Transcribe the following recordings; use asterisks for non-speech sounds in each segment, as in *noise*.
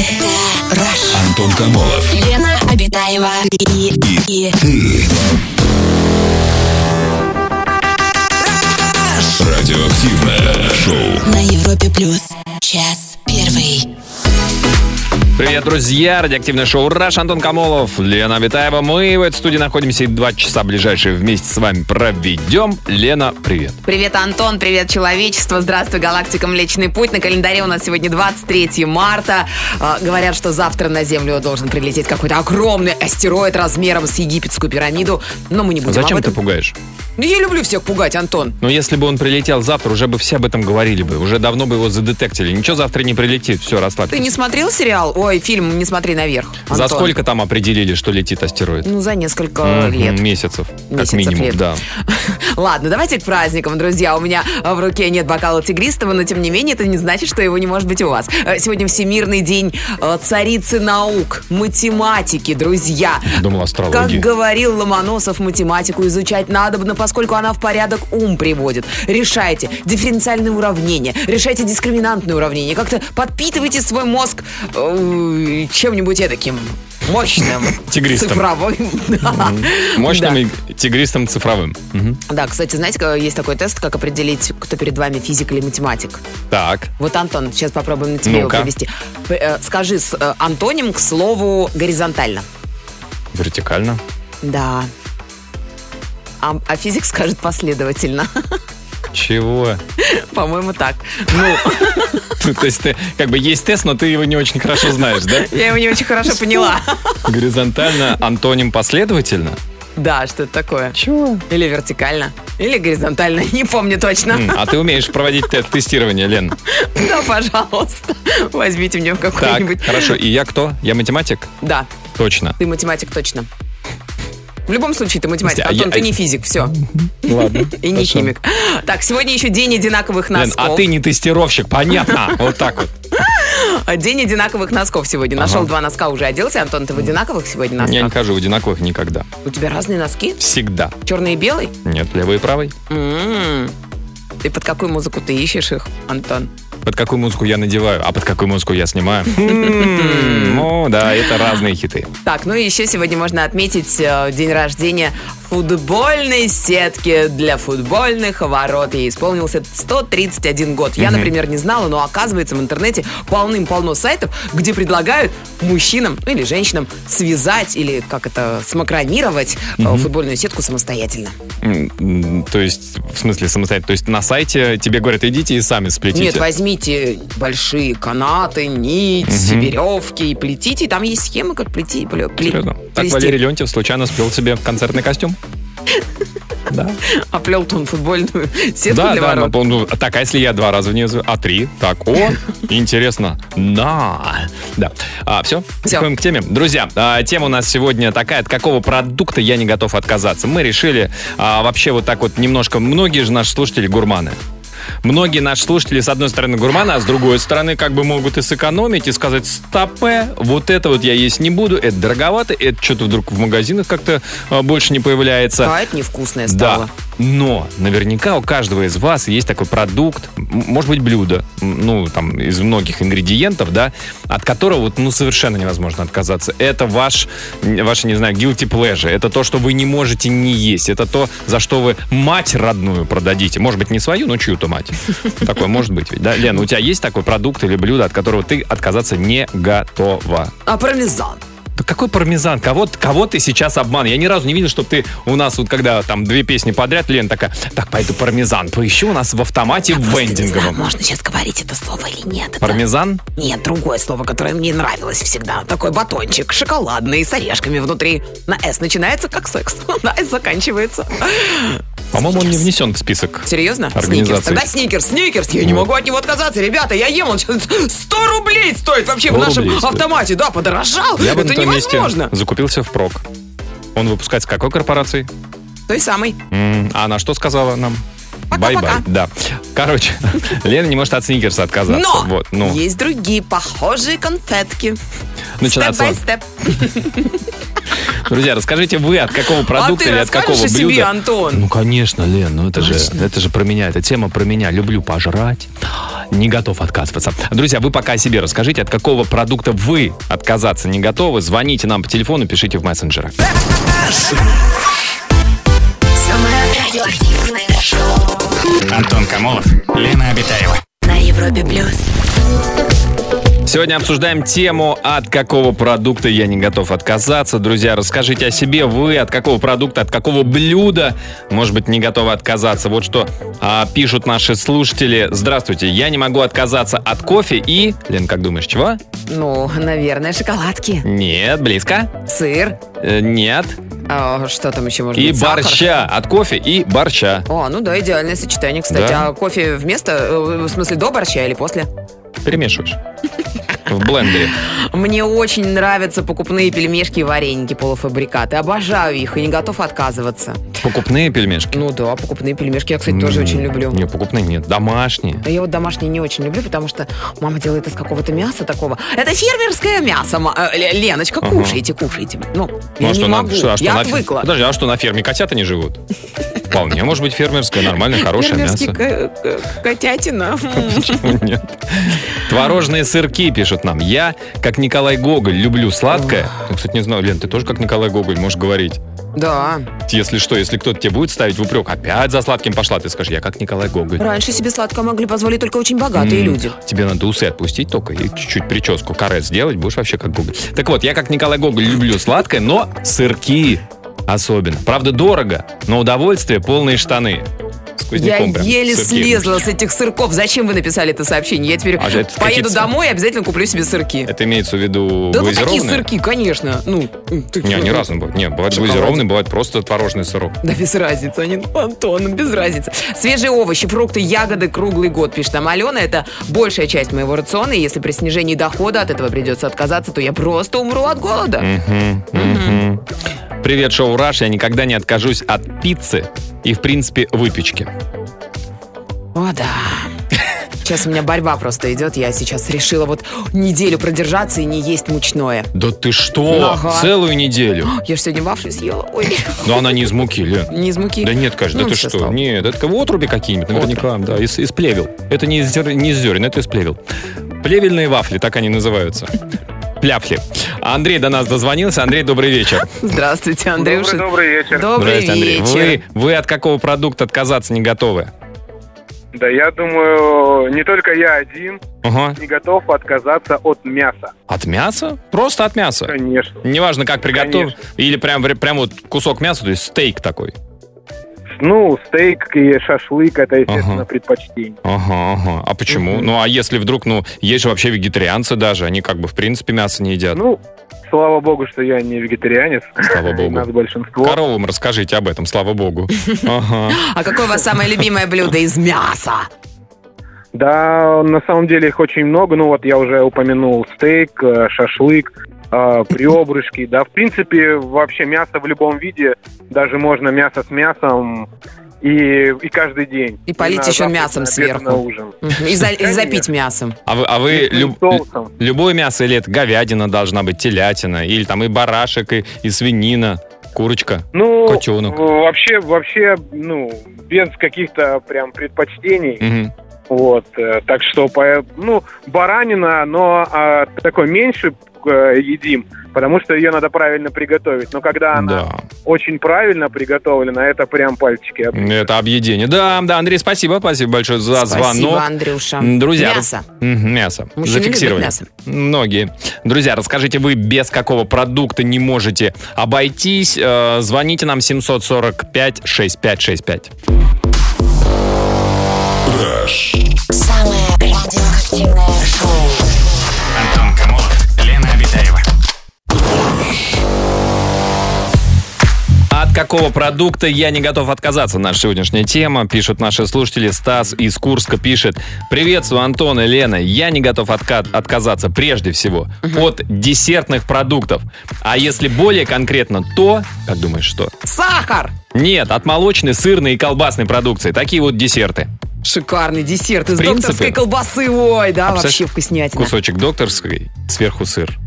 Это Rush. Антон Камолов. Лена Обитаева и, и, и Ты. Радиоактивное шоу. на Европе плюс час первый. Привет, друзья! Радиоактивное шоу «Раш» Антон Камолов, Лена Витаева. Мы в этой студии находимся и два часа ближайшие вместе с вами проведем. Лена, привет! Привет, Антон, привет, человечество. Здравствуй, галактика Млечный Путь. На календаре у нас сегодня 23 марта. А, говорят, что завтра на Землю должен прилететь какой-то огромный астероид размером с египетскую пирамиду. Но мы не будем Зачем об ты этом. пугаешь? Ну, я люблю всех пугать, Антон. Ну, если бы он прилетел завтра, уже бы все об этом говорили бы. Уже давно бы его задетектили. Ничего завтра не прилетит. Все, расслабься. Ты не смотрел сериал? Ой, фильм «Не смотри наверх». За Антон. сколько там определили, что летит астероид? Ну, за несколько М, лет. Месяцев, как Месяцев минимум, лет. да. *laughs* Ладно, давайте к праздникам, друзья. У меня э, в руке нет бокала тигристого, но тем не менее это не значит, что его не может быть у вас. Э, Сегодня Всемирный день э, царицы наук, математики, друзья. Думал, Как астрология. говорил Ломоносов, математику изучать надобно, поскольку она в порядок ум приводит. Решайте дифференциальные уравнения, решайте дискриминантные уравнения. Как-то подпитывайте свой мозг э, чем-нибудь эдаким мощным. *laughs* Тигристом. Цифровым. *laughs* да. Мощным Да. и тигристом цифровым. Мгм. Да, кстати, знаете, э, есть такой тест, как определить, кто перед вами физик или математик. Так. Вот, Антон, сейчас попробуем на тебе его Ну-ка. привести. П- э, Скажи с э, антоним к слову горизонтально. Вертикально. Да. А, а физик скажет последовательно. *laughs* Чего? *laughs* По-моему, так. Ну, То есть ты, как бы есть тест, но ты его не очень хорошо знаешь, да? *laughs* Я его не очень *laughs* хорошо поняла. Горизонтально, антоним последовательно. Да, что это такое. Чего? Или вертикально, или горизонтально. *laughs* Не помню точно. А ты умеешь проводить те- тестирование, Лен. *laughs* Да, пожалуйста. *laughs* Возьмите мне в Так, какой-нибудь. хорошо. И я кто? Я математик? Да, Точно. ты математик точно. В любом случае, ты математик, Слушайте, а я- Антон, ты не физик, все. Ладно. *laughs* И не химик. Так, сегодня еще день одинаковых Лен, носков. а ты не тестировщик, понятно. Вот так вот. *laughs* День одинаковых носков сегодня. Нашел Ага. два носка, уже оделся. Антон, ты в одинаковых сегодня носках? Я не хожу в одинаковых никогда. У тебя разные носки? Всегда. Черный и белый? Нет, левый и правый. М. Ты под какую музыку ты ищешь их, Антон? Под какую музыку я надеваю, а под какую музыку я снимаю? Хм. М, Ну да, это разные хиты. Так, ну и еще сегодня можно отметить э, день рождения футбольной сетки для футбольных ворот. Ей исполнился 131 год. Я, например, не знала, но оказывается в интернете полным-полно сайтов, где предлагают мужчинам ну, или женщинам связать или как это смакронировать э, футбольную сетку самостоятельно. М, м, То есть, в смысле, самостоятельно. То есть на сайте тебе говорят, идите и сами сплетите. Нет, возьмите большие канаты, нить, веревки и плетите. И Там есть схемы, как плети, пле- пле- Серьезно. Так плести. *laughs* Валерий Леонтьев случайно сплел себе концертный костюм. Да. А плел-то он футбольную сетку Да, для да, ворот. но, ну, так, а если я два раза в нее, а три? Так, *laughs* о, интересно. На. Да. А, все, переходим к теме. Друзья, а, тема у нас сегодня такая, от какого продукта я не готов отказаться. Мы решили а, вообще вот так вот немножко, многие же наши слушатели гурманы. Многие наши слушатели, с одной стороны, гурманы, а с другой стороны, как бы могут и сэкономить, и сказать, стопе, вот это вот я есть не буду, это дороговато, это что-то вдруг в магазинах как-то а, больше не появляется. А это невкусное Да. стало. Но наверняка у каждого из вас есть такой продукт, м, может быть, блюдо, м, ну, там, из многих ингредиентов, да, от которого, вот, ну, совершенно невозможно отказаться. Это ваш, м, ваше, не знаю, guilty pleasure. Это то, что вы не можете не есть. Это то, за что вы мать родную продадите. Может быть, не свою, но чью-то мать. Такое может быть ведь, да? Лена, у тебя есть такой продукт или блюдо, от которого ты отказаться не готова? А пармезан? Да какой пармезан? Кого, кого ты сейчас обман? Я ни разу не видел, чтобы ты у нас вот когда там две песни подряд, Лен такая, так, пойду пармезан поищу у нас в автомате в Просто не знаю, вендинговом. можно сейчас говорить это слово или нет. Это- Пармезан? Нет, другое слово, которое мне нравилось всегда. Такой батончик, шоколадный, с орешками внутри. На «С» начинается как секс, *laughs* на «С» заканчивается. По-моему, он не внесен в список. Серьезно? Организации. Сникерс. Тогда сникерс, сникерс. Я не Вот. могу от него отказаться. Ребята, я ем, он сейчас 100 рублей стоит вообще в 100 нашем рублей стоит. автомате. Да, подорожал. Я бы Это на том месте невозможно. закупился впрок. Он выпускается какой корпорации? Той самой. М, А она что сказала нам? Пока-пока. Бай-бай, да. Короче, *laughs* Лена не может от сникерса отказаться. Но Вот, ну, есть другие похожие конфетки. начинается. он. Степ-бай-степ. Друзья, расскажите вы, от какого продукта А ты или от какого расскажешь блюда? о себе, Антон? Ну, конечно, Лен, ну это же, это же про меня, это тема про меня. Люблю пожрать, не готов отказываться. Друзья, вы пока о себе расскажите, от какого продукта вы отказаться не готовы. Звоните нам по телефону, пишите в мессенджерах. Самое радиоактивное шоу Антон Камолов, Лена Обитаева. на Европе плюс. Сегодня обсуждаем тему, от какого продукта я не готов отказаться. Друзья, расскажите о себе, вы от какого продукта, от какого блюда, может быть, не готовы отказаться. Вот что а, пишут наши слушатели. Здравствуйте, я не могу отказаться от кофе и... Лен, как думаешь, чего? Ну, наверное, шоколадки, Нет, близко. сыр, Э, нет. а, что там еще может И быть? сахар. борща. От кофе и борща. О, ну да, идеальное сочетание, кстати. Да. А кофе вместо, э, в смысле, до борща или после? Перемешиваешь. В блендере. Мне очень нравятся покупные пельмешки и вареники полуфабрикаты. Обожаю их и не готов отказываться. Покупные пельмешки. Ну да, покупные пельмешки я, кстати, тоже М, очень люблю. Не, покупные нет. Домашние. А Я вот домашние не очень люблю, потому что мама делает из какого-то мяса такого. Это фермерское мясо, ма- э, Ле- Леночка, Ага. кушайте, кушайте. Ну, Ну, я а не что, на- могу, что- а что я на фе- отвыкла. Подожди, а что, на ферме котята не *laughs* живут? Вполне может быть фермерское, нормальное, хорошее Фермерский мясо. ко- ко- котятина. *laughs* Почему нет? Творожные сырки, пишут нам. Я, как Николай Гоголь, люблю сладкое. Я, кстати, не знаю, Лен, ты тоже как Николай Гоголь можешь говорить. Да. Если что, если кто-то тебе будет ставить в упрек, опять за сладким пошла, ты скажешь, я как Николай Гоголь. Раньше себе сладкое могли позволить только очень богатые М, А люди. Тебе надо усы отпустить только и чуть-чуть прическу, каре сделать, будешь вообще как Гоголь. Так вот, я как Николай Гоголь люблю сладкое, но сырки особенно. Правда, дорого, но удовольствие полные штаны. С Я Кузняком прям еле сырки. слезла с этих сырков. Зачем вы написали это сообщение? Я теперь А это поеду какие-то- домой и обязательно куплю себе сырки. Это имеется в виду Да ну такие глазированные? сырки, конечно. Ну, ты Не, чё? они разные бывают. Не, бывает Шоколаде. глазированный, бывает просто творожный сырок. Да без разницы, они Антон, без разницы. Свежие овощи, фрукты, ягоды круглый год, пишет нам Алена. Это большая часть моего рациона, и если при снижении дохода от этого придется отказаться, то я просто умру от голода. Мгм, мгм. Привет, шоу «Раш». Я никогда не откажусь от пиццы и, в принципе, выпечки. О, да. Сейчас у меня борьба просто идет. Я сейчас решила вот неделю продержаться и не есть мучное. Да ты что? Ага. Целую неделю. Я же сегодня вафли съела. Ой, Но она не из муки, Лен. не из муки. Да нет, конечно, Ну, да ты всё что? стало. Нет, это как- отруби какие-нибудь, наверняка, да, из, из плевел. Это не из, зер- не из зерен, это из плевел. Плевельные вафли, так они называются. Пляфли. А Андрей до нас дозвонился. Андрей, добрый вечер. Здравствуйте, Андрюша. Добрый, добрый вечер. Добрый Здрасте, Андрей. вечер. Вы, вы от какого продукта отказаться не готовы? Да, я думаю, не только я один Ага. не готов отказаться от мяса. От мяса? Просто от мяса. Конечно. Неважно, как приготовить. Конечно. Или прям, вре- прям вот кусок мяса, то есть стейк такой. Ну, стейк и шашлык это, естественно, Ага. предпочтение. Ага, ага. А почему? Мгм. Ну, а если вдруг, ну, есть же вообще вегетарианцы даже, они как бы в принципе мясо не едят. Ну, слава богу, что я не вегетарианец. Слава *laughs* богу. Нас большинство. Коровам расскажите об этом, слава *laughs* богу. Ага. А какое у вас самое любимое блюдо из мяса? Да, на самом деле их очень много. Ну, вот я уже упомянул стейк, э, шашлык, э, ребрышки. Да, в принципе, вообще мясо в любом виде. Даже можно мясо с мясом и, и каждый день. И полить на еще завтрак, мясом на обед, сверху. На ужин. Мгм. И за- и Конечно. запить мясом. А вы, а вы Мясным люб- ну соусом. любое мясо или это говядина должна быть, телятина, или там и барашек, и, и свинина, курочка. Ну, Котенок. в- вообще, вообще, ну, без каких-то прям предпочтений. Мгм. Вот, э, так что, по- ну, баранина, но а, такой меньше э, едим, потому что ее надо правильно приготовить. Но когда она Да. очень правильно приготовлена, это прям пальчики. об- Это объедение. Да, да, Андрей, спасибо, спасибо большое за Спасибо, звонок. Андрюша. М, Друзья, Мясо. рас- Мгм, мясо. Мужчины Зафиксировали. любят мясо. Многие. Друзья, расскажите вы, без какого продукта не можете обойтись. Э, звоните нам 745-6565. Самое радиоактивное шоу. Антон Камолов, Лена Обитаева. От какого продукта я не готов отказаться? Наша сегодняшняя тема, пишут наши слушатели. Стас из Курска пишет. Приветствую, Антон и Лена. Я не готов отка- отказаться прежде всего от десертных продуктов. А если более конкретно, то... Как думаешь, что? Сахар! Нет, от молочной, сырной и колбасной продукции. Такие вот десерты. Шикарный десерт из В принципе. докторской колбасы. Ой, да, А представляешь, вообще вкуснятина. Кусочек докторской, сверху сыр.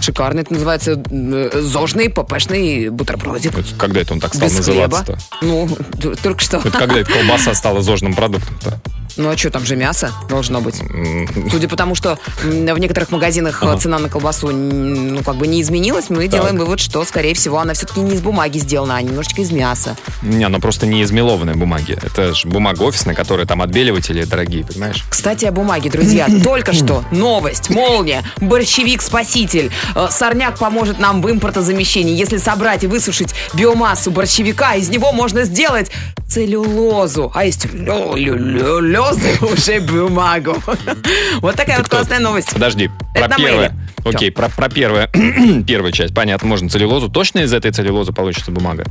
Шикарный, это называется э, зожный ппшный бутербродик. Вот Когда это он так стал Без хлеба. называться-то? Ну, т- только что. *laughs* Вот когда эта колбаса стала зожным продуктом-то? Ну а что, там же мясо должно быть. М, Судя по тому, что м, в некоторых магазинах э, Ага. цена на колбасу м, ну, как бы не изменилась, мы делаем вывод, что, скорее всего, она все-таки не из бумаги сделана, а немножечко из мяса. Не, оно просто не из мелованной бумаги. Это же бумага офисная, которая там отбеливатели дорогие, понимаешь? Кстати, о бумаге, друзья. *clears throat* Только что новость, молния, борщевик-спаситель. Э, Сорняк поможет нам в импортозамещении. Если собрать и высушить биомассу борщевика, из него можно сделать целлюлозу. А из целлюлозы *laughs* уже бумагу. *laughs* Вот такая вот кто? классная новость. Подожди, Это про на первое. мейле. Окей, про, про первое. *clears throat* Первая часть, понятно, можно целлюлозу. Точно из этой целлюлозы получится бумага?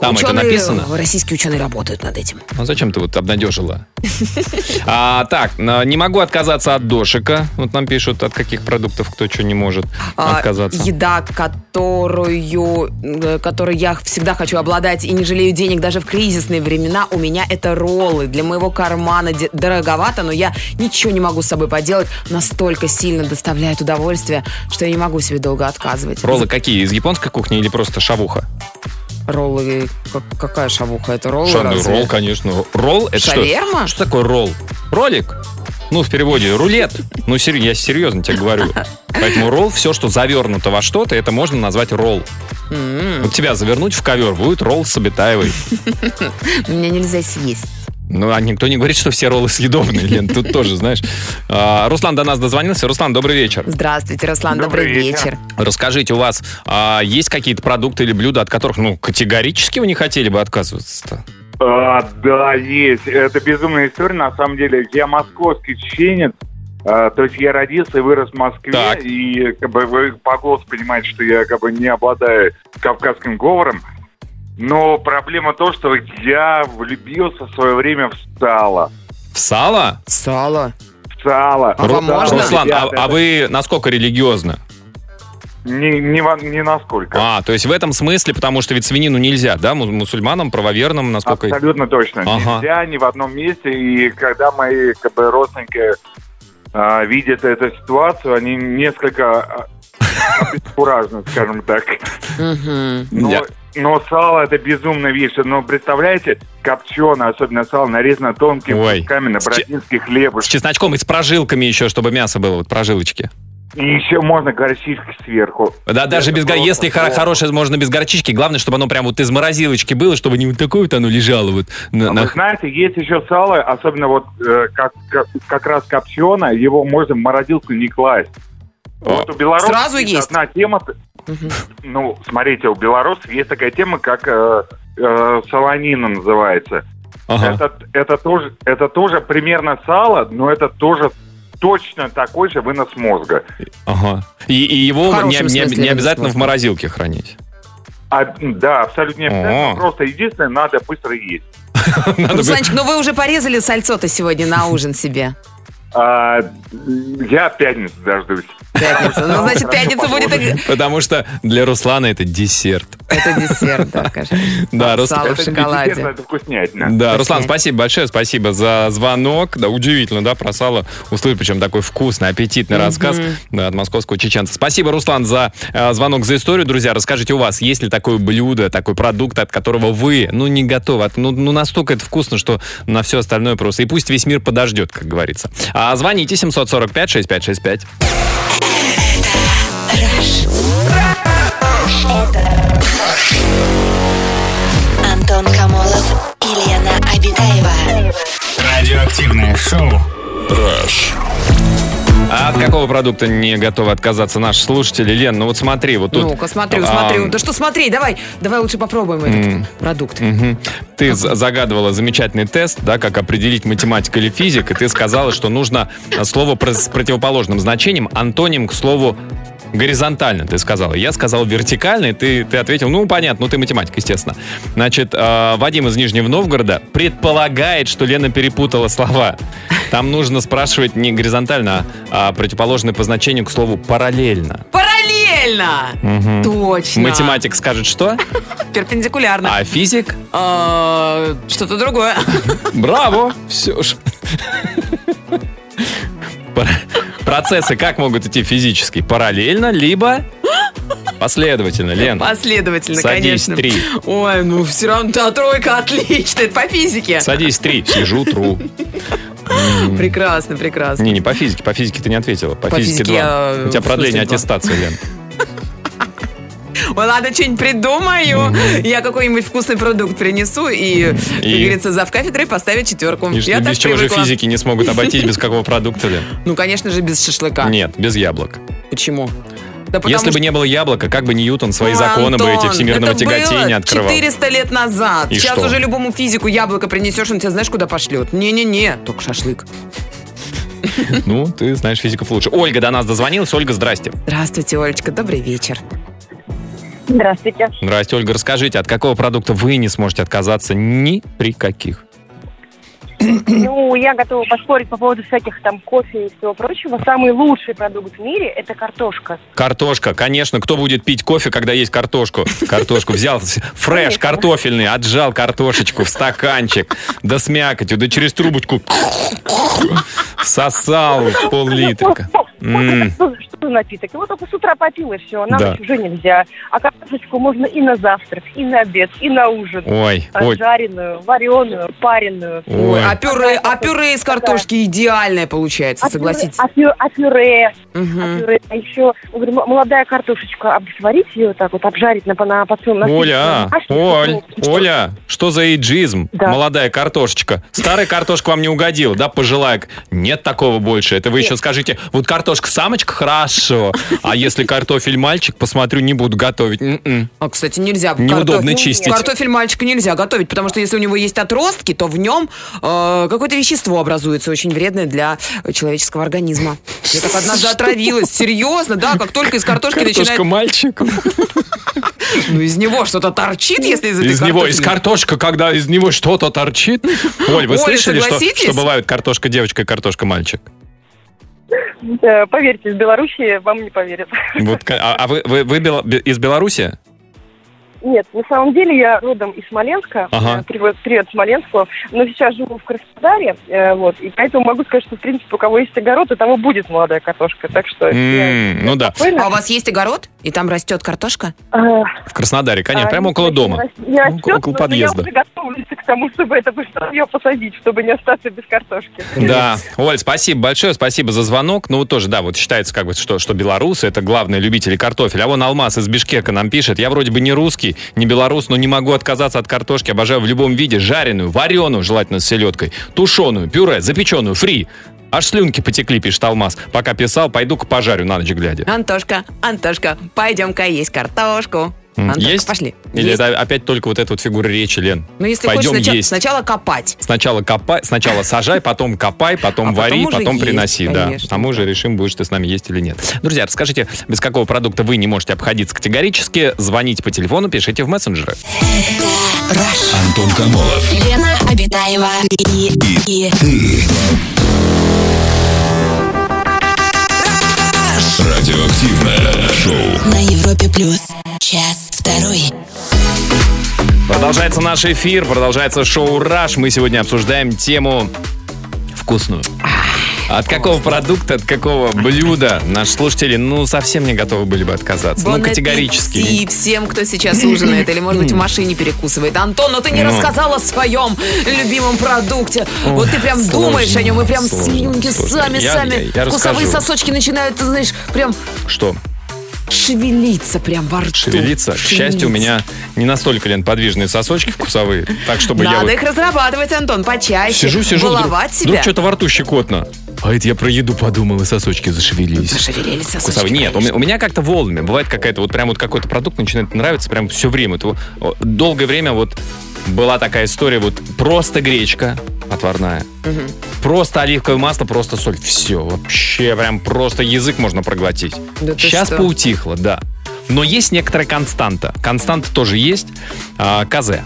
Там это Ученые- написано? Российские ученые работают над этим. Ну зачем ты вот *laughs* обнадежила? А, так, на- не могу отказаться от дошика. Вот нам пишут, от каких продуктов кто что не может А, отказаться. Еда, которую, э, которой я всегда хочу обладать и не жалею денег даже в кризисные времена, у меня это роллы. Для моего кармана де- дороговато, но я ничего не могу с собой поделать. Настолько сильно доставляет удовольствие, что я не могу себе долго отказывать. Роллы какие? Из японской кухни или просто шавуха? Роллы, как- какая шавуха? Это роллы Шо, ну, разве? ролл, конечно. Ролл это Шаверма? что? Что такое ролл? Ролик? Ну, в переводе рулет. Ну, сер- я серьезно тебе говорю. Поэтому ролл, все, что завернуто во что-то, это можно назвать ролл. М-м, Вот тебя завернуть в ковер, будет ролл с Обитаевой. Меня нельзя съесть. Ну, а никто не говорит, что все роллы съедобные, Лен, тут тоже, знаешь. А, Руслан до нас дозвонился. Руслан, добрый вечер. Здравствуйте, Руслан, добрый, Добрый вечер. вечер. Расскажите, у вас а, есть какие-то продукты или блюда, от которых, ну, категорически вы не хотели бы отказываться-то? А, да, есть. Это безумная история, на самом деле. Я московский чеченец, а, то есть я родился и вырос в Москве, Так. и как бы вы по голосу понимаете, что я как бы не обладаю кавказским говором. Но проблема то, что я влюбился в свое время в сало. В сало? Сало. В сало. А вам Да, можно? Руслан, а, ребята, а вы насколько религиозно? Ни, ни, во- ни насколько. А, то есть в этом смысле, потому что ведь свинину нельзя, да, мус- мусульманам, правоверным, насколько... Абсолютно точно. Ага. Нельзя ни в одном месте. И когда мои как бы, родственники а, видят эту ситуацию, они несколько куражно, скажем так. Мгм. Но, Я- но сало это безумная вещь. Но представляете, копченое, особенно сало, нарезано тонкими Ой. кусками на С че- бородинский хлеб. С чесночком и с прожилками еще, чтобы мясо было, вот прожилочки. И еще можно горчишки сверху. Да, даже без, гор- просто если хоро- здорово. хорошее, можно без горчички, главное, чтобы оно прям вот из морозилочки было, чтобы не вот такое вот оно лежало вот на... А на- Вы знаете, есть еще сало, особенно вот э, как, как, как раз копченое, его можно в морозилку не класть. Вот у белорусов Сразу есть? одна тема. Мгм. Ну, смотрите, у белорусов есть такая тема, как э, э, солонина называется. Ага. Это, это, тоже, это тоже примерно сало, но это тоже точно такой же вынос мозга. Ага. И, и его В не, хорошем не- смысле, не я обязательно думаю, в морозилке хранить. *laughs* А, да, абсолютно не обязательно. О. Просто единственное, надо быстро есть. Надо бы- Русланчик, ну вы уже порезали сальцо-то сегодня на ужин себе. А, я пятницу дождусь. Пятница. Ну, значит, пятница будет... и- *laughs* Потому что для Руслана это десерт. Это десерт, да, конечно. Да, Рус- Сало в это не десерт, шоколаде. это вкуснятина. Да, Руслан, Вкуснее. спасибо большое, спасибо за звонок. Да, удивительно, да, про сало услышать, причем такой вкусный, аппетитный рассказ да, от московского чеченца. Спасибо, Руслан, за э, звонок, за историю. Друзья, расскажите, у вас есть ли такое блюдо, такой продукт, от которого вы, ну, не готовы, от- ну, ну, настолько это вкусно, что на все остальное просто. И пусть весь мир подождет, как говорится. А звоните 745-6565. Антон Камолов и Лена Обитаева. Радиоактивное шоу. А от какого продукта не готовы отказаться наши слушатели? Лен, ну вот смотри, вот тут... Ну-ка, смотрю, А, смотрю. Да что смотри, давай, давай лучше попробуем этот продукт. Мгм. Ты за- загадывала замечательный тест, да, как определить математика или физик, и ты сказала, что нужно э, слово про- с противоположным значением, антоним к слову горизонтально, ты сказала. Я сказал вертикально, и ты, ты ответил, ну, понятно, ну, ты математик, естественно. Значит, э, Вадим из Нижнего Новгорода предполагает, что Лена перепутала слова. Там нужно спрашивать не горизонтально, а а противоположное по значению к слову параллельно. Параллельно! Мгм. Точно. Математик скажет что, Перпендикулярно. а физик А, Что-то другое. *laughs* Браво! Все ж. Пар- Процессы как могут идти физически? Параллельно, либо последовательно, Лен. Последовательно, Садись, конечно. три. Ой, ну все равно та тройка отлично. Это по физике. Садись, три. Сижу, тру. *laughs* Прекрасно, прекрасно. Не, не по физике, по физике ты не ответила. По, По физике 2. физике я, У тебя в продление смысле, два. аттестации, Лен. Ой, ладно, что-нибудь придумаю. Я какой-нибудь вкусный продукт принесу и, как И? говорится, зав кафедрой поставит четверку. И Я что- так без чего же привыкла. физики не смогут обойтись без какого продукта, Лен? Ну, конечно же, без шашлыка. Нет, без яблок. Почему? Да потому Если что- бы не было яблока, как бы Ньютон свои Ну, законы бы эти Антон, всемирного это было тяготения открывал? 400 лет назад. И Сейчас что? уже любому физику яблоко принесешь, он тебя знаешь, куда пошлет. Не-не-не, только шашлык. Ну, ты знаешь физиков лучше. Ольга до нас дозвонилась. Ольга, здрасте. Здравствуйте, Олечка, добрый вечер. *clears throat* Здравствуйте. Здрасте, Ольга. Расскажите, от какого продукта вы не сможете отказаться ни при каких? Ну, я готова поспорить по поводу всяких там кофе и всего прочего. Самый лучший продукт в мире – это картошка. Картошка, конечно. Кто будет пить кофе, когда есть картошку? Картошку взял, с- фреш Конечно. картофельный, отжал картошечку в стаканчик, да с мякотью, да через трубочку всосал пол-литрика. М. Что, за- что за напиток? Его только с утра попил, и все, на Да. ночь уже нельзя. А картошечку можно и на завтрак, и на обед, и на ужин. Ой, А Оль, Жареную, вареную, пареную. Ой. а пюре, а пюре из картошки идеальное получается, А пюре- согласитесь. А пюре, а пюре, а Мгм. пюре. А еще, говорю, м- молодая картошечка, об- сварить ее вот так вот, обжарить на, на подсолнечном масле. Оля, А что Оль, такое? Оля, что за эйджизм? Да. Молодая картошечка. Старая картошка вам не угодила, да, пожилая? Нет такого больше. Это вы еще скажите, вот картошка самочка, хорошо. А если картофель мальчик, посмотрю, не буду готовить. М-м. А, кстати, нельзя. Неудобно картофель- чистить. Картофель мальчика нельзя готовить, потому что если у него есть отростки, то в нем э, какое-то вещество образуется, очень вредное для человеческого организма. Я так однажды отравилась. Серьезно, да, как только из картошки начинает... Картошка мальчик. Ну, из него что-то торчит, если из этой Из него, из картофельной. картошка, когда из него что-то *laughs* торчит. Оль, вы Оля, слышали, что, согласитесь? что бывают картошка девочка и картошка мальчик? Да, Э, Поверьте, из Белоруссии вам не поверят. Вот, ка- а, а вы, вы- вы Бело- из Беларуси? Нет, на самом деле я родом из Смоленска, Ага. э, привет, привет Смоленску, но сейчас живу в Краснодаре, э, вот, и поэтому могу сказать, что, в принципе, у кого есть огород, у того будет молодая картошка, так что... я М, ну да, спокойно. А у вас есть огород, и там растет картошка? Э, в Краснодаре, а, конечно, прямо около не дома. растет, не растет, Около- около но подъезда. Я уже готовлюсь к тому, чтобы это ее посадить, чтобы не остаться без картошки. Да, Оль, спасибо большое, спасибо за звонок. Ну, вот тоже, да, вот считается, как бы, что, что белорусы это главные любители картофеля. А вон Алмаз из Бишкека нам пишет, я вроде бы не русский, не белорус, но не могу отказаться от картошки, обожаю в любом виде, жареную, вареную, желательно с селедкой, тушеную, пюре, запеченную, фри. Аж слюнки потекли, пишет Алмаз. Пока писал, пойду-ка пожарю на ночь глядя. Антошка, Антошка, пойдем-ка есть картошку. М, Антошка, есть? пошли. Или Есть. это опять только вот эта вот фигура речи, Лен? Ну, если Пойдем хочешь, сначала, есть. сначала копать. Сначала копай, сначала сажай, потом копай, потом А потом вари, уже потом, есть, приноси, конечно. да. А мы уже решим, будешь ты с нами есть или нет. Друзья, расскажите, без какого продукта вы не можете обходиться категорически. Звоните по телефону, пишите в мессенджеры. Антон Камолов. Лена Обитаева и, и Радиоактивное шоу. на Европе плюс час второй. Продолжается наш эфир, продолжается шоу «Раш». Мы сегодня обсуждаем тему вкусную. От какого продукта, от какого блюда наши слушатели, ну, совсем не готовы были бы отказаться. Бон ну, категорически. аппетит всем, кто сейчас ужинает или, может быть, в машине перекусывает. Антон, но ты не Ну. рассказал о своем любимом продукте. вот ты прям сложно, думаешь о нем, и прям сложно, слюнки сложно. сами, Я- сами. я- я вкусовые расскажу. сосочки начинают, ты знаешь, прям Что? шевелиться прям во рту. шевелиться. К счастью, у меня не настолько, Лен, подвижные сосочки вкусовые, так, чтобы я Надо вот их разрабатывать, Антон, почаще. сижу, сижу, вдруг, А Баловать себя. вдруг что-то во рту щекотно. А это я про еду подумал, и сосочки зашевелились. Зашевелились сосочки. Вкусовые. Нет, у меня, конечно. у меня как-то волнами. Бывает какая-то вот прям вот какой-то продукт начинает нравиться прям все время. Вот, о, долгое время вот была такая история, вот просто гречка отварная, Мгм. просто оливковое масло, просто соль. Все, вообще прям просто язык можно проглотить. Да ты Сейчас что? поутихло, да. Но есть некоторая константа. Константа тоже есть. А, казе.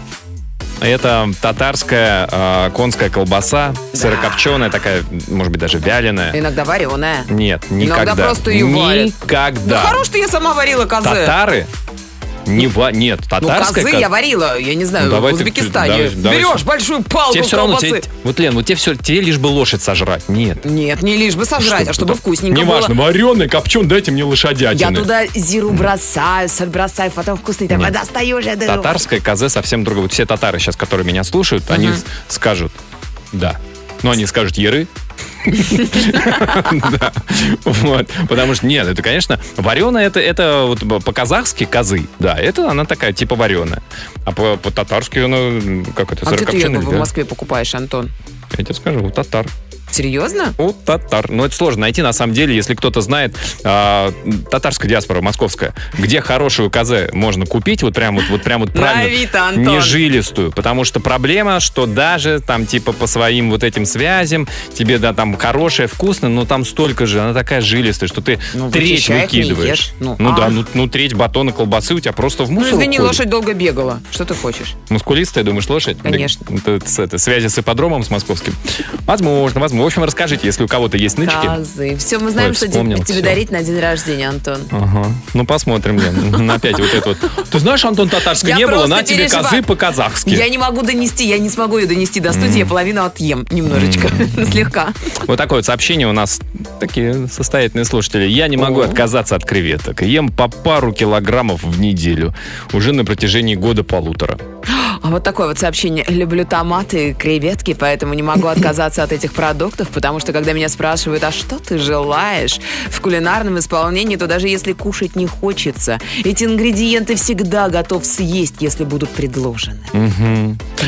Это татарская а, конская колбаса, сырокопченая, такая, может быть, даже вяленая. Иногда вареная. Нет, никогда. Иногда Ну, просто ее варят. Ну, Да Никогда. хорош, что я сама варила козе. Татары? Не ва... Нет, Ну, татарская... козы ко- я варила, я не знаю, Ну, давай в ты- Узбекистане. давай- давай- Берешь большую палку Тебе все равно... колбасы. тебе- Вот, Лен, вот тебе, все... тебе лишь бы лошадь сожрать. Нет. Нет, не лишь бы сожрать, а чтобы вкусненько Неважно, было. вареный, копчен, дайте мне Я лошадятины. туда зиру бросаю, соль бросаю, потом вкусный такой, Нет. достаю уже. да, Татарское козе совсем другое. Вот все татары сейчас, которые меня слушают, они с- скажут, да, Но они скажут еры. *laughs* Да. Вот. Потому что, нет, это, конечно, вареная, это, это вот по-казахски козы, да, это она такая, типа вареная. А по- по-татарски она, как это, А где ты ее сырокопченая, в да? Москве покупаешь, Антон? Я тебе скажу, у татар. Серьезно? У татар. Но это сложно найти, на самом деле, если кто-то знает а, татарская диаспора, московская, где хорошую козе можно купить, вот прям вот, вот прям вот На правильно. Авито, Антон. Нежилистую, потому что проблема, что даже там типа по своим вот этим связям тебе да там хорошая, вкусная, но там столько же, она такая жилистая, что ты Ну, треть вычищай их, не выкидываешь. ешь. Ну, Ну, да, а. ну, ну треть батона колбасы у тебя просто в Ну, мусор. извини, уходит. лошадь долго бегала. Что ты хочешь? Мускулистая, думаешь, лошадь? Конечно. Да, Это, с этой связи с ипподромом, с московским. Возможно, возможно. В общем, расскажите, если у кого-то есть нычки. Казы. Все, мы знаем, Ой, что вспомнил, тебе тебе всё. дарить на день рождения, Антон. Ага. Ну, посмотрим, Лен. *laughs* Опять вот это вот. Ты знаешь, Антон, татарской Я не было, просто на тебе переживаю. козы по-казахски. Я не могу донести, я не смогу ее донести до студии, я половину отъем немножечко, *laughs* слегка. Вот такое вот сообщение у нас такие состоятельные слушатели. Я не могу отказаться от креветок. Ем по пару килограммов в неделю. Уже на протяжении года-полутора. А вот такое вот сообщение. Люблю томаты и креветки, поэтому не могу отказаться от этих продуктов, потому что когда меня спрашивают, а что ты желаешь в кулинарном исполнении, то даже если кушать не хочется, эти ингредиенты всегда готов съесть, если будут предложены.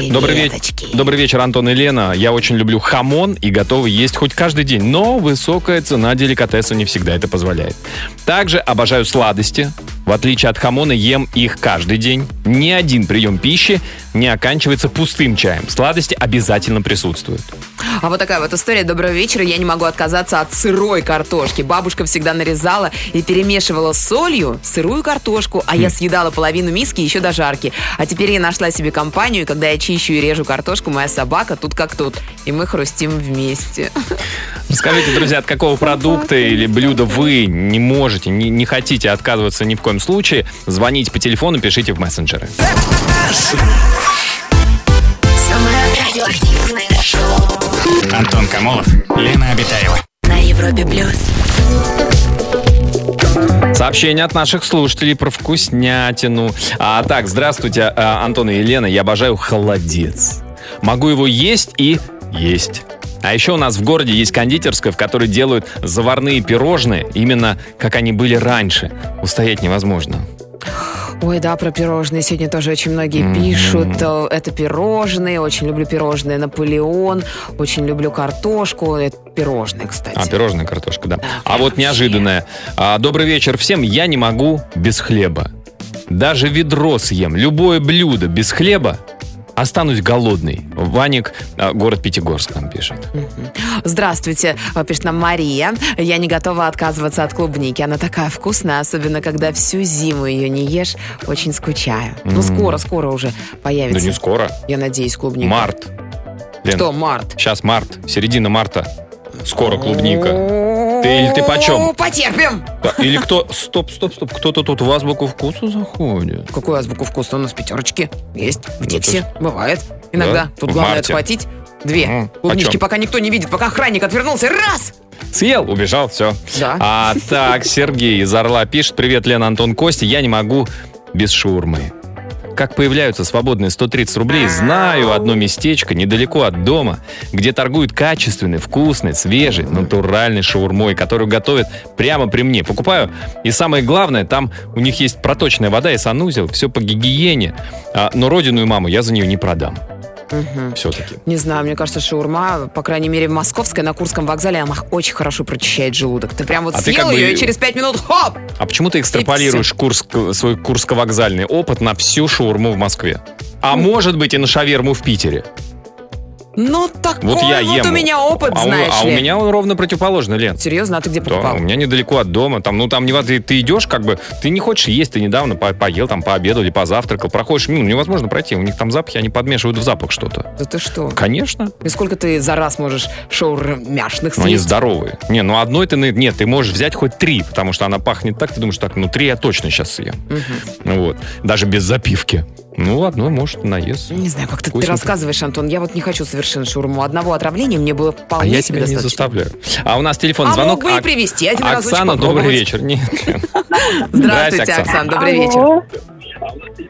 Добрый, ве- Креветочки. Добрый вечер, Антон и Лена. Я очень люблю хамон и готова есть хоть каждый день, но высокая цена деликатеса не всегда это позволяет. Также обожаю сладости. В отличие от хамона, ем их каждый день. Ни один прием пищи не оканчивается пустым чаем. Сладости обязательно присутствуют. А вот такая вот история. Доброго вечера. Я не могу отказаться от сырой картошки. Бабушка всегда нарезала и перемешивала с солью сырую картошку, а я съедала половину миски еще до жарки. А теперь я нашла себе компанию, и когда я чищу и режу картошку, моя собака тут как тут. И мы хрустим вместе. Скажите, друзья, от какого продукта или блюда вы не можете, не, не хотите отказываться ни в коем случае, звоните по телефону, пишите в мессенджеры. Самое радиоактивное шоу Антон Камолов, Лена Обитаева. на Европе плюс. Сообщение от наших слушателей про вкуснятину. А так, здравствуйте, а, Антон и Елена. Я обожаю холодец. Могу его есть и есть. А еще у нас в городе есть кондитерская, в которой делают заварные пирожные, именно как они были раньше. Устоять невозможно. Ой, да, про пирожные сегодня тоже очень многие пишут. Э, Это пирожные. Очень люблю пирожные Наполеон. Очень люблю картошку. Это пирожные, кстати. А, пирожная картошка, да. А вообще. вот неожиданное. А, добрый вечер всем. Я не могу без хлеба. Даже ведро съем. Любое блюдо без хлеба. Останусь голодный. Ваник, а, город Пятигорск нам пишет. Здравствуйте, э, пишет нам Мария. Я не готова отказываться от клубники. Она такая вкусная, особенно когда всю зиму ее не ешь. Очень скучаю. Ну, скоро, скоро уже Да появится. не скоро. Я надеюсь, клубника. Март. Лен, Что, март? Сейчас март, середина марта. Скоро клубника. Ты- или ты почем? почем? Потерпим! Да, Или кто... Стоп, стоп, стоп. Кто-то тут в азбуку вкусу заходит. Какую азбуку вкуса? У нас пятерочки. Есть. В Да Дикси. ты Бывает. Иногда. Ну, Да? Тут В главное марте. А отхватить. Две. Мгм. Клубнички Почем? пока никто не видит, пока охранник отвернулся. Раз! Съел, убежал, все. Да. А так, Сергей из Орла пишет. Привет, Лена, Антон, Костя. Я не могу без шаурмы. Как появляются свободные 130 рублей, знаю одно местечко недалеко от дома, где торгуют качественной, вкусной, свежей, натуральной шаурмой, которую готовят прямо при мне. Покупаю. И самое главное, там у них есть проточная вода и санузел, все по гигиене. А, но родину и маму я за нее не продам. Мгм. Все-таки. Не знаю, мне кажется, шаурма, по крайней мере, в Московской, на Курском вокзале, она очень хорошо прочищает желудок. Ты прям вот А ты съел как бы- ее, и через пять минут хоп! А почему ты экстраполируешь Курск, свой курсковокзальный опыт на всю шаурму в Москве? А может быть и на шаверму в Питере. Ну, такой Вот вот, я ем. у меня опыт, а у- знаешь а у ли. меня он ровно противоположно, Лен. Серьезно, а ты где Да, покупал? у меня недалеко от дома. Там, ну там не ты, ты идешь, как бы, ты не хочешь есть, ты недавно по- поел, там пообедал или позавтракал, проходишь мимо, ну, невозможно пройти. У них там запахи, они подмешивают в запах что-то. Да ты что? Конечно. И сколько ты за раз можешь шаурмяшных Но Ну, они съесть? здоровые. Не, ну одной ты... на- Нет, ты можешь взять хоть три, потому что она пахнет так, ты думаешь, так, ну три я точно сейчас съем. Ну Вот. Даже без запивки. Ну, одной, может, наест. Не знаю, как ты, ты Вкусненько. рассказываешь, Антон. Я вот не хочу совершенно шаурму. Одного отравления мне А было вполне я себе тебя не достаточно. заставляю. А у нас телефон А звонок. мог бы и Ок- привезти один разочек Оксана, добрый попробовать. *laughs* вечер. Нет. Здравствуйте, Здрасте, Оксана. Оксан, добрый вечер. Алло.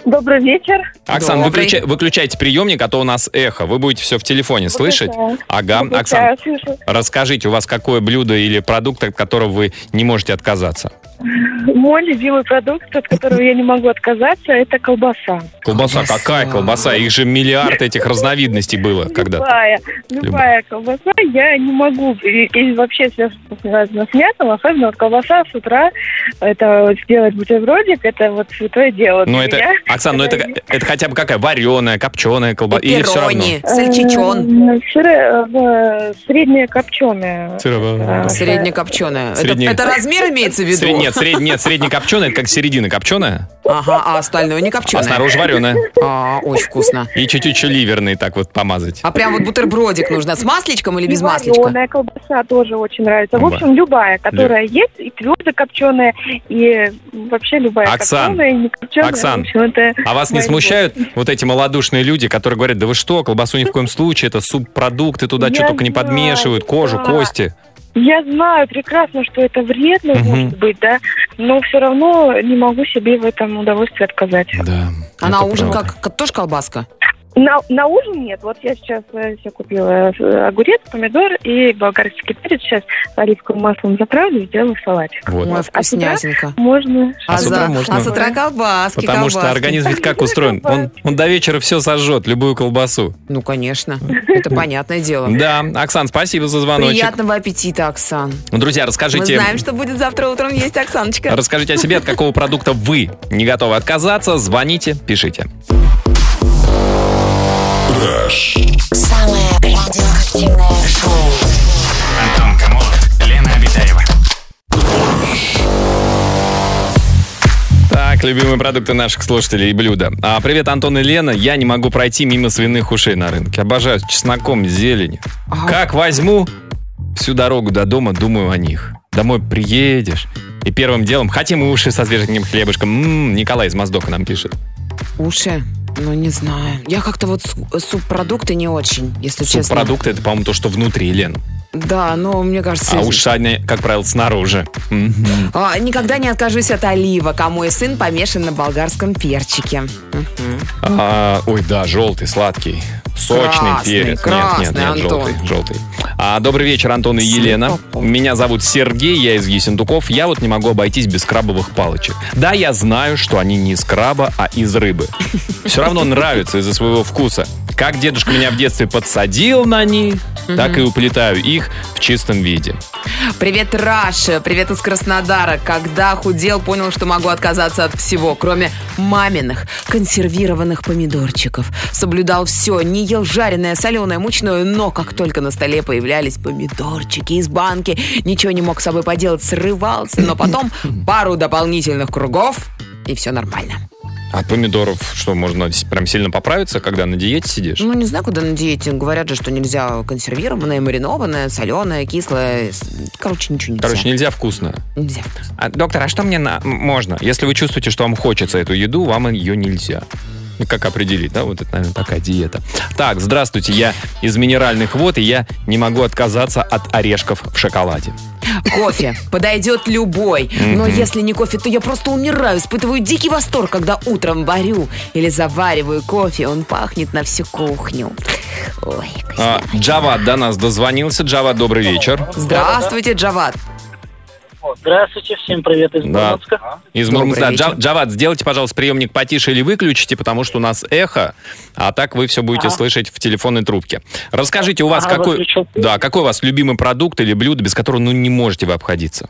Добрый вечер. Оксан, Добрый. выключай- выключайте приемник, а то у нас эхо. Вы будете все в телефоне слышать. Выключаю. Ага, Выключаю, Оксан, слышу. расскажите, у вас какое блюдо или продукт, от которого вы не можете отказаться? Мой любимый продукт, от которого я не могу отказаться, это колбаса. Колбаса, Колбаса. какая колбаса? Их же миллиард этих разновидностей было когда-то. Любая, любая колбаса, я не могу, и, и вообще все, что связано с мясом, особенно вот колбаса с утра, это вот сделать бутербродик, это вот святое дело. Ну для это, меня. Оксан, ну это, это хотя бы какая? Вареная, копченая колбаса? Или все равно? Пепперони, сальчичон. Э, сыро- э, Средняя копченая. Сыро- Среднекопченая. А. Это, Средне- это размер имеется в виду? Сред- Нет, сред- нет, среднекопченая, это как середина копченая, Ага, а остальное не а копченое. снаружи вареная. А, очень вкусно. И чуть-чуть ливерный так вот помазать. А прям вот бутербродик нужно с масличком или без И масличка? вареная колбаса тоже очень нравится. В Оба. общем, любая, которая есть, и твердо копченая, и вообще любая Оксан, копченая, и не копченая. Оксан, в общем, это А вас не мои смущают вот эти малодушные люди, которые говорят, да вы что, колбасу ни в коем случае, это субпродукты, туда Я что только не знаю, подмешивают, кожу, да. кости. Я знаю прекрасно, что это вредно Мгм. может быть, да, но все равно не могу себе в этом удовольствии отказать. Да. А на это ужин правда. как? как- Тоже колбаска? На, на ужин нет. Вот я сейчас все купила э, огурец, помидор и болгарский перец. Сейчас оливковым маслом заправлю и сделаю салатик. Вот. Ой, вкуснятинка. Можно. А с за- утра можно. а с утра колбаски, Потому что колбаски. организм ведь как устроен? Он, он до вечера все сожжет, любую колбасу. Ну, конечно. Это понятное дело. Да, Оксан, спасибо за звоночек. Приятного аппетита, Оксан. Друзья, Мы расскажите... знаем, что будет завтра утром есть Оксаночка. Расскажите о себе, от какого продукта вы не готовы отказаться. Звоните, пишите. Самое радиоактивное шоу. Антон Камолов, Лена Обитаева. Так, любимые продукты наших слушателей и блюда. А, привет, Антон и Лена. Я не могу пройти мимо свиных ушей на рынке. Обожаю с чесноком, зеленью. Ага. Как возьму, всю дорогу до дома думаю о них. Домой приедешь, и первым делом хотим уши со свеженьким хлебушком. М, Николай из Моздока нам пишет. Уши? Ну, не знаю. Я как-то вот су- субпродукты не очень, если честно. Субпродукты — это, по-моему, то, что внутри, Лен. Да, но мне кажется... А уши, они, как правило, снаружи. Мгм. а, никогда не откажусь от оливок, а мой сын помешан на болгарском перчике. Мгм. А, ой, да, желтый, сладкий. Сочный Красный, перец. нет, красный, нет, нет, Антон. желтый, желтый. А, добрый вечер, Антон и Елена. Слепопол. Меня зовут Сергей, я из Ессентуков. Я вот не могу обойтись без крабовых палочек. Да, я знаю, что они не из краба, а из рыбы. Все равно нравятся из-за своего вкуса. Как дедушка меня в детстве подсадил на них, так и уплетаю их в чистом виде. Привет, Раша. Привет из Краснодара. Когда худел, понял, что могу отказаться от всего, кроме маминых консервированных помидорчиков. Соблюдал все, не ел жареное, соленое, мучное, но как только на столе появлялись помидорчики из банки, ничего не мог с собой поделать, срывался, но потом пару дополнительных кругов, и все нормально. От А помидоров что, можно с- прям сильно поправиться, когда на диете сидишь? Ну, не знаю, куда на диете. Говорят же, что нельзя консервированное, маринованное, соленое, кислое. Короче, ничего нельзя. Короче, нельзя вкусно. Нельзя. А, доктор, а что мне на- м- можно? Если вы чувствуете, что вам хочется эту еду, вам ее нельзя. И Как определить, да? Вот это, наверное, такая диета. Так, здравствуйте, я из минеральных вод, и я не могу отказаться от орешков в шоколаде. Кофе подойдет любой. Но если не кофе, то я просто умираю, испытываю дикий восторг, когда утром варю или завариваю кофе. Он пахнет на всю кухню. Ой, А, Джават до нас дозвонился. Джават, добрый вечер. Здравствуйте, Джават. Здравствуйте, всем привет из Да. Мурманска. Из Добрый Мурманска. вечер. Джа- Джават, сделайте, пожалуйста, приемник потише или выключите, потому что у нас эхо, а так вы все будете Ага. слышать в телефонной трубке. Расскажите, у вас Ага, какой... выключил. Да, какой у вас любимый продукт или блюдо, без которого ну не можете вы обходиться?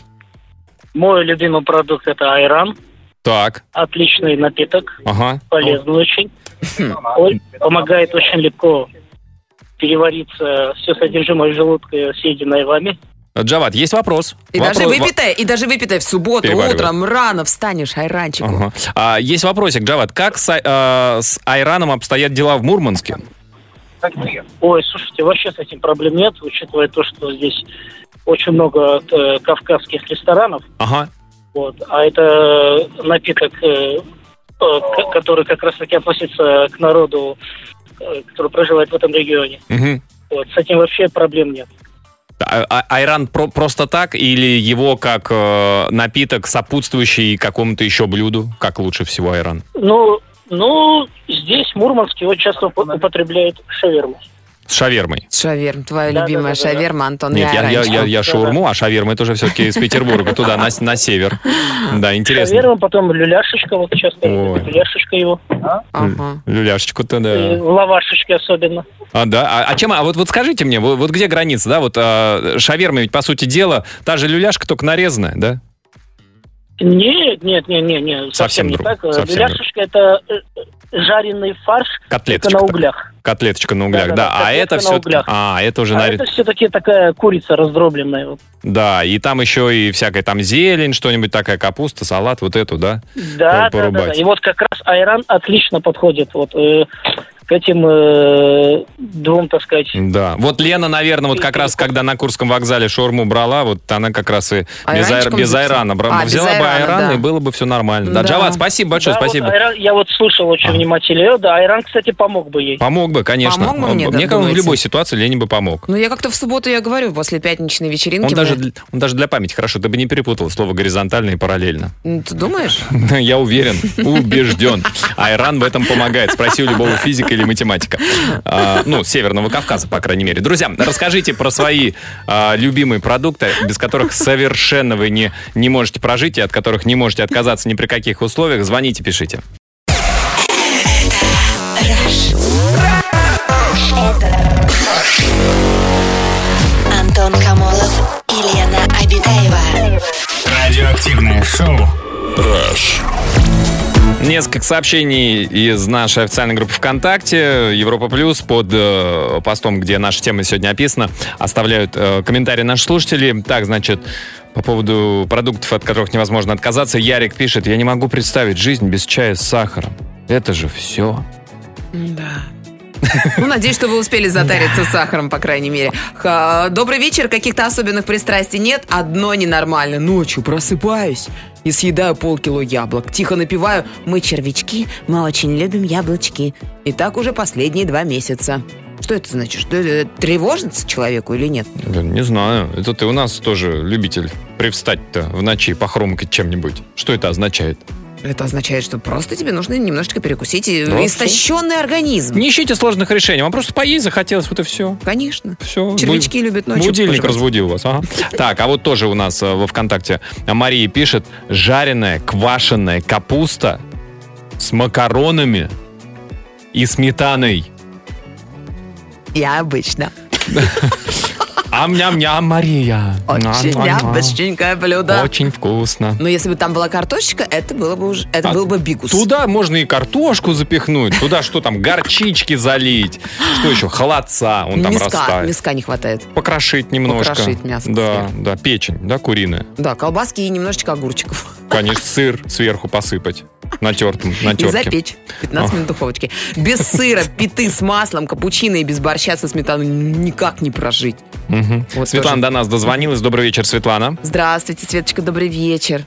Мой любимый продукт это айран. Так, Отличный напиток, ага. полезный очень. Ой, помогает очень легко перевариться все содержимое желудка, съеденное вами. Джават, есть вопрос. И Вопрос- даже во- выпитая, и даже выпитая в субботу Перевариваю. утром рано встанешь, айранчику. Ага. А, есть вопросик, Джават, как с, Ай- а, с Айраном обстоят дела в Мурманске? Ой, слушайте, вообще с этим проблем нет, учитывая то, что здесь очень много э, кавказских ресторанов. Ага. Вот, а это напиток, э, э, к- который как раз-таки относится к народу, э, который проживает в этом регионе. Мгм. Вот, с этим вообще проблем нет. А- а- Айран про- просто так или его как э, напиток, сопутствующий какому-то еще блюду? Как лучше всего айран? Ну, ну, здесь Мурманск его часто уп- употребляет шаверму. С шавермой. Шаверм, твоя Да, любимая да, да, да, да. шаверма, Антон, Нет, я, я, раньше. я, я шаурму, а шаверма это уже все-таки из Петербурга, туда, на, с- на север. *laughs* Да, интересно. Шаверма, потом люляшечка, вот часто Ой. люляшечка его. А? Ага. Люляшечку-то, И да. лавашечки особенно. А, да. А, а чем, а вот, вот скажите мне, вот, вот где граница, да, вот а, шаверма ведь, по сути дела, та же люляшка, только нарезанная, да? Нет, нет, нет, нет, нет Совсем совсем, не друг, так. Э, совсем Люляшечка это э, э, жареный фарш только Котлеточка. на так. углях. Котлеточка на углях, да. Да-да-да, А котлетка это на все... углях. А, это уже А наре- это все-таки такая курица раздробленная. вот. Да, и там еще и всякая там зелень, что-нибудь такая, капуста, салат, вот эту, да? Да, да, да, да, порубать. И вот как раз айран отлично подходит вот э, к этим э, двум, так сказать. Да. Вот Лена, наверное, вот как раз, когда на Курском вокзале шорму брала, вот она как раз и без, айр- Айранчиком без взяла? айрана брала. А, без взяла бы айрана, айран, да. и было бы все нормально. Да, Да. Джават, спасибо большое, Да, вот спасибо. айран- я вот слушал очень А. внимательно. Э, Да, айран, кстати, помог бы ей. Помог бы, конечно. Помог бы Он- мне, да, мне кажется, он в думаете? любой ситуации Лене бы помог. Ну, я как-то в субботу, я говорю, после пятничной вечеринки... Он мы- даже, для- он даже для памяти, хорошо, ты бы не перепутал слово горизонтально и параллельно. *laughs* Ну, Ты думаешь? Я уверен, убежден. Айран в этом помогает. Спроси у любого физика или математика. А, ну, Северного Кавказа, по крайней мере. Друзья, расскажите про свои а, любимые продукты, без которых совершенно вы не, не можете прожить и от которых не можете отказаться ни при каких условиях. Звоните, пишите. Антон Камолов и Лена Обитаева. Радиоактивное шоу. Несколько сообщений из нашей официальной группы ВКонтакте, Европа Плюс, под э, постом, где наша тема сегодня описана, оставляют э, комментарии наши слушатели. Так, значит, по поводу продуктов, от которых невозможно отказаться, Ярик пишет, я не могу представить жизнь без чая с сахаром. Это же все. Да. Ну, надеюсь, что вы успели затариться сахаром, по крайней мере. Ха, Добрый вечер. Каких-то особенных пристрастий нет. Одно ненормально. Ночью просыпаюсь и съедаю полкило яблок. Тихо напиваю. Мы червячки, мы очень любим яблочки. И так уже последние два месяца. Что это значит? Что это, тревожится человеку или нет? Не знаю, это ты у нас тоже любитель привстать-то в ночи, похромкать чем-нибудь. Что это означает? Это означает, что просто тебе нужно немножечко перекусить и- Ну, истощенный организм. Не ищите сложных решений, вам просто поесть захотелось, вот и все. Конечно. Все. Червячки любят ночью. Ну, Будильник пожевать. разбудил вас, ага. Так, а вот тоже у нас э, во ВКонтакте Мария пишет, жареная квашеная капуста с макаронами и сметаной. Я обычно. Ам-ням-ням, Мария. Очень Ням-ням-ням. обычненькое блюдо. Очень вкусно. Но если бы там была картошечка, это было бы уже, это А был бы бигус. Туда можно и картошку запихнуть, туда что там, горчички залить, что еще, холодца, он там Миска, растает. миска не хватает. Покрошить немножко. Покрошить мясо Да, да, печень, да, куриная. Да, колбаски и немножечко огурчиков. Конечно, сыр сверху посыпать. Натертым, И натерки. запечь. 15 Ох. минут в духовочке. Без сыра, питы с маслом, капучино и без борща со сметаной никак не прожить. Мгм. Вот Светлана до тоже. нас дозвонилась. Добрый вечер, Светлана. Здравствуйте, Светочка, добрый вечер.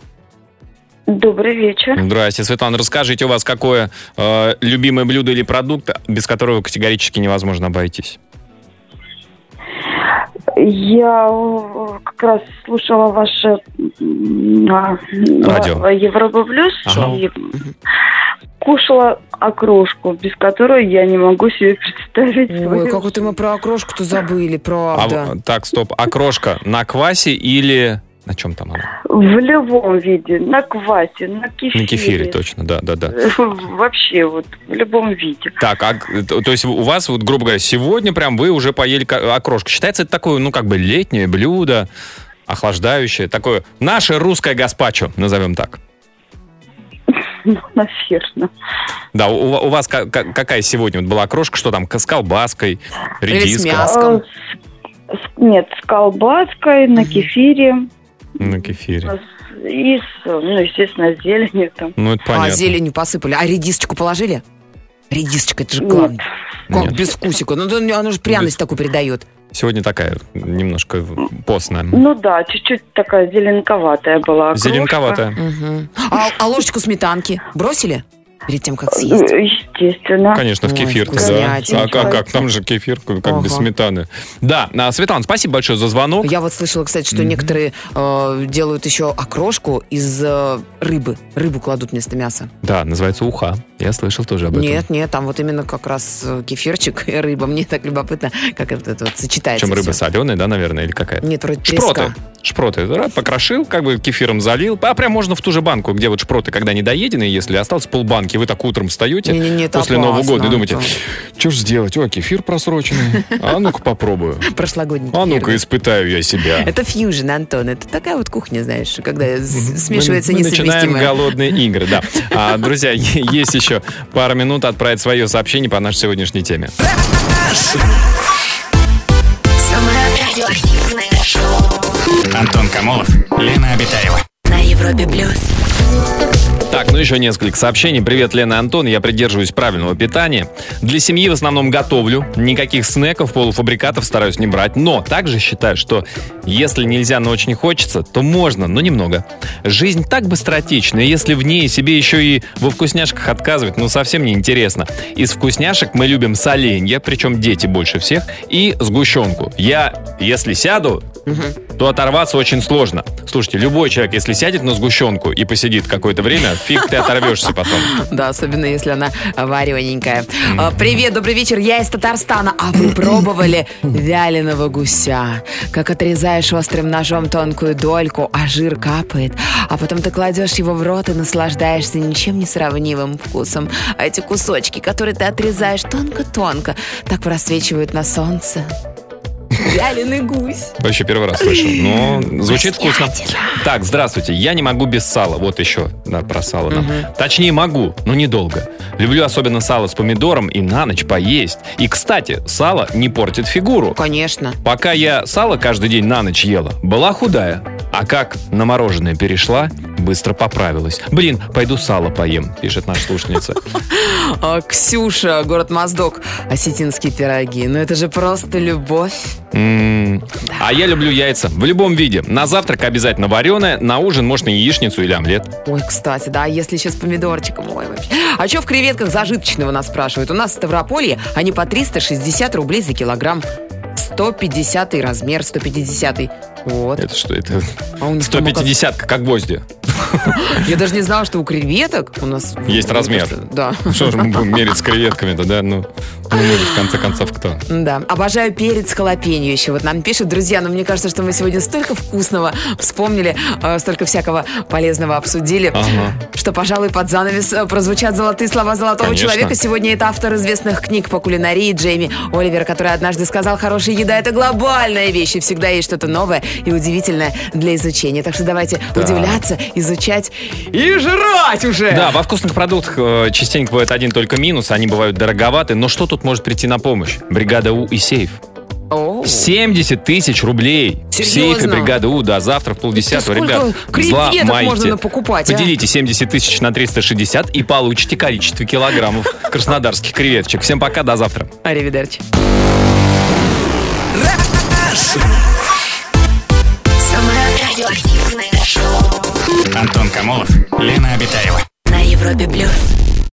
Добрый вечер. Здрасте, Светлана. Расскажите, у вас какое э, любимое блюдо или продукт, без которого категорически невозможно обойтись? Я э, как раз слушала ваше м, а, Радио. э, Европа Плюс Ага. и кушала окрошку, без которой я не могу себе представить. Ой, свою как вот и мы про окрошку-то забыли, А правда. в- так, стоп. Окрошка на квасе или... На чем там она? В любом виде, на квасе, на кефире. На кефире, точно, да, да, да. *laughs* Вообще, вот, в любом виде. *laughs* Так, а, г- то то есть у вас, вот, грубо говоря, сегодня прям вы уже поели ка- окрошку. Считается это такое, ну, как бы летнее блюдо, охлаждающее, такое наше русское гаспачо, назовем так. ну, Наверное. Да, у, у вас ка- ка- какая сегодня вот была окрошка? Что там, к- с колбаской, Или с редиской? мясом. А, с- с- Нет, с колбаской, на Мгм. кефире На кефире. и, с, ну, естественно, с зеленью там. Ну, это А понятно. зеленью посыпали. А редисочку положили? Редисочка, это же главное. Как Нет. без вкусика? Ну, да, она же пряность такую передает. Сегодня такая немножко постная. Ну да, чуть-чуть такая зеленковатая была. окрошка. Зеленковатая. Мгм. А, а ложечку сметанки бросили? перед тем, как съесть? Естественно. Конечно, в Ой, кефир. Да. вкуснятина. А как, как? Там же кефир, как Ага. без сметаны. Да, а, Светлана, спасибо большое за звонок. Я вот слышала, кстати, что некоторые э, делают еще окрошку из э, рыбы. Рыбу кладут вместо мяса. Да, называется уха. Я слышал тоже об этом. Нет, нет, там вот именно как раз э, кефирчик и рыба. Мне так любопытно, как это, это вот сочетается. Причем рыба всё. соленая, да, наверное, или какая-то? Нет, вроде Шпроты. треска. Шпроты. Да, Покрошил, как бы кефиром залил. А прям можно в ту же банку, где вот шпроты, когда недоеденные, если осталось полбанки, вы так утром встаете Не-не-не, это после Нового опасно, года и думаете, Антон. что ж сделать? О, кефир просроченный. А ну-ка попробую. Прошлогодний А ну-ка кефир. испытаю я себя. Это фьюжн, Антон. Это такая вот кухня, знаешь, когда с- смешивается Мы- мы начинаем несовместимое. голодные игры, да. А, друзья, е- есть еще пара минут отправить свое сообщение по нашей сегодняшней теме. Самое радиоактивное шоу Антон Камолов, Лена Обитаева. на Европе плюс. Так, ну еще несколько сообщений. Привет, Лена и Антон. Я придерживаюсь правильного питания. Для семьи в основном готовлю. Никаких снеков, полуфабрикатов стараюсь не брать. Но также считаю, что если нельзя, но очень хочется, то можно, но немного. Жизнь так быстротечна, и если в ней себе еще и во вкусняшках отказывать, ну совсем неинтересно. Из вкусняшек мы любим соленья, причем дети больше всех, и сгущенку. Я, если сяду, то оторваться очень сложно. Слушайте, любой человек, если сядет на сгущенку и посидит какое-то время, фиг ты оторвешься потом. Да, особенно если она варененькая. А, Привет, добрый вечер, я из Татарстана. А вы пробовали вяленого гуся? Как отрезаешь острым ножом тонкую дольку, а жир капает. А потом ты кладешь его в рот и наслаждаешься ничем не сравнимым вкусом. А эти кусочки, которые ты отрезаешь тонко-тонко, так просвечивают на солнце. Вяленый гусь. Вообще первый раз слышу. Но звучит вкусно. Вкуснятина. Так, здравствуйте. Я не могу без сала. Вот еще да, про сало. нам. Точнее, могу, но недолго. Люблю особенно сало с помидором и на ночь поесть. И, кстати, сало не портит фигуру. Конечно. Пока я сало каждый день на ночь ела, была худая. А как на мороженое перешла, быстро поправилась. Блин, пойду сало поем, пишет наша слушница. А, Ксюша, город Моздок, осетинские пироги. Ну это же просто любовь. М, А я люблю яйца в любом виде. На завтрак обязательно вареное, на ужин можно яичницу или омлет. Ой, кстати, да, если еще с помидорчиком, ой, вообще. А что в креветках зажиточного нас спрашивают? У нас в Ставрополье они по 360 рублей за килограмм. 150 размер, 150 Вот. Это что это? А у них там, 150 как гвозди. оказывается, Я даже не знала, что у креветок у нас... Есть ну, размер. просто, Да. Что же мы будем мерить с креветками-то, да? Ну, ну, мы же в конце концов кто? Да, обожаю перец халапеньо еще. Вот нам пишут, друзья, но мне кажется, что мы сегодня столько вкусного вспомнили, э, столько всякого полезного обсудили, Ага. что, пожалуй, под занавес э, прозвучат золотые слова золотого Конечно. человека. Сегодня это автор известных книг по кулинарии Джейми Оливер, который однажды сказал, хорошая еда – это глобальная вещь, и всегда есть что-то новое и удивительное для изучения. Так что давайте удивляться, изучать и жрать уже! Да, во вкусных продуктах э, частенько бывает один только минус, они бывают дороговаты, но что тут может прийти на помощь? Бригада У и сейф. Оу. 70 тысяч рублей. В Серьезно? сейфе бригады У, да, завтра в полдесятого, Ты сколько ребят, креветок взломайте. можно покупать, а? Поделите 70 тысяч на 360 и получите количество килограммов краснодарских креветочек. Всем пока, до завтра. Аривидерчи. Самое радиоактивное шоу Антон Камолов, Лена Обитаева. на Европе плюс.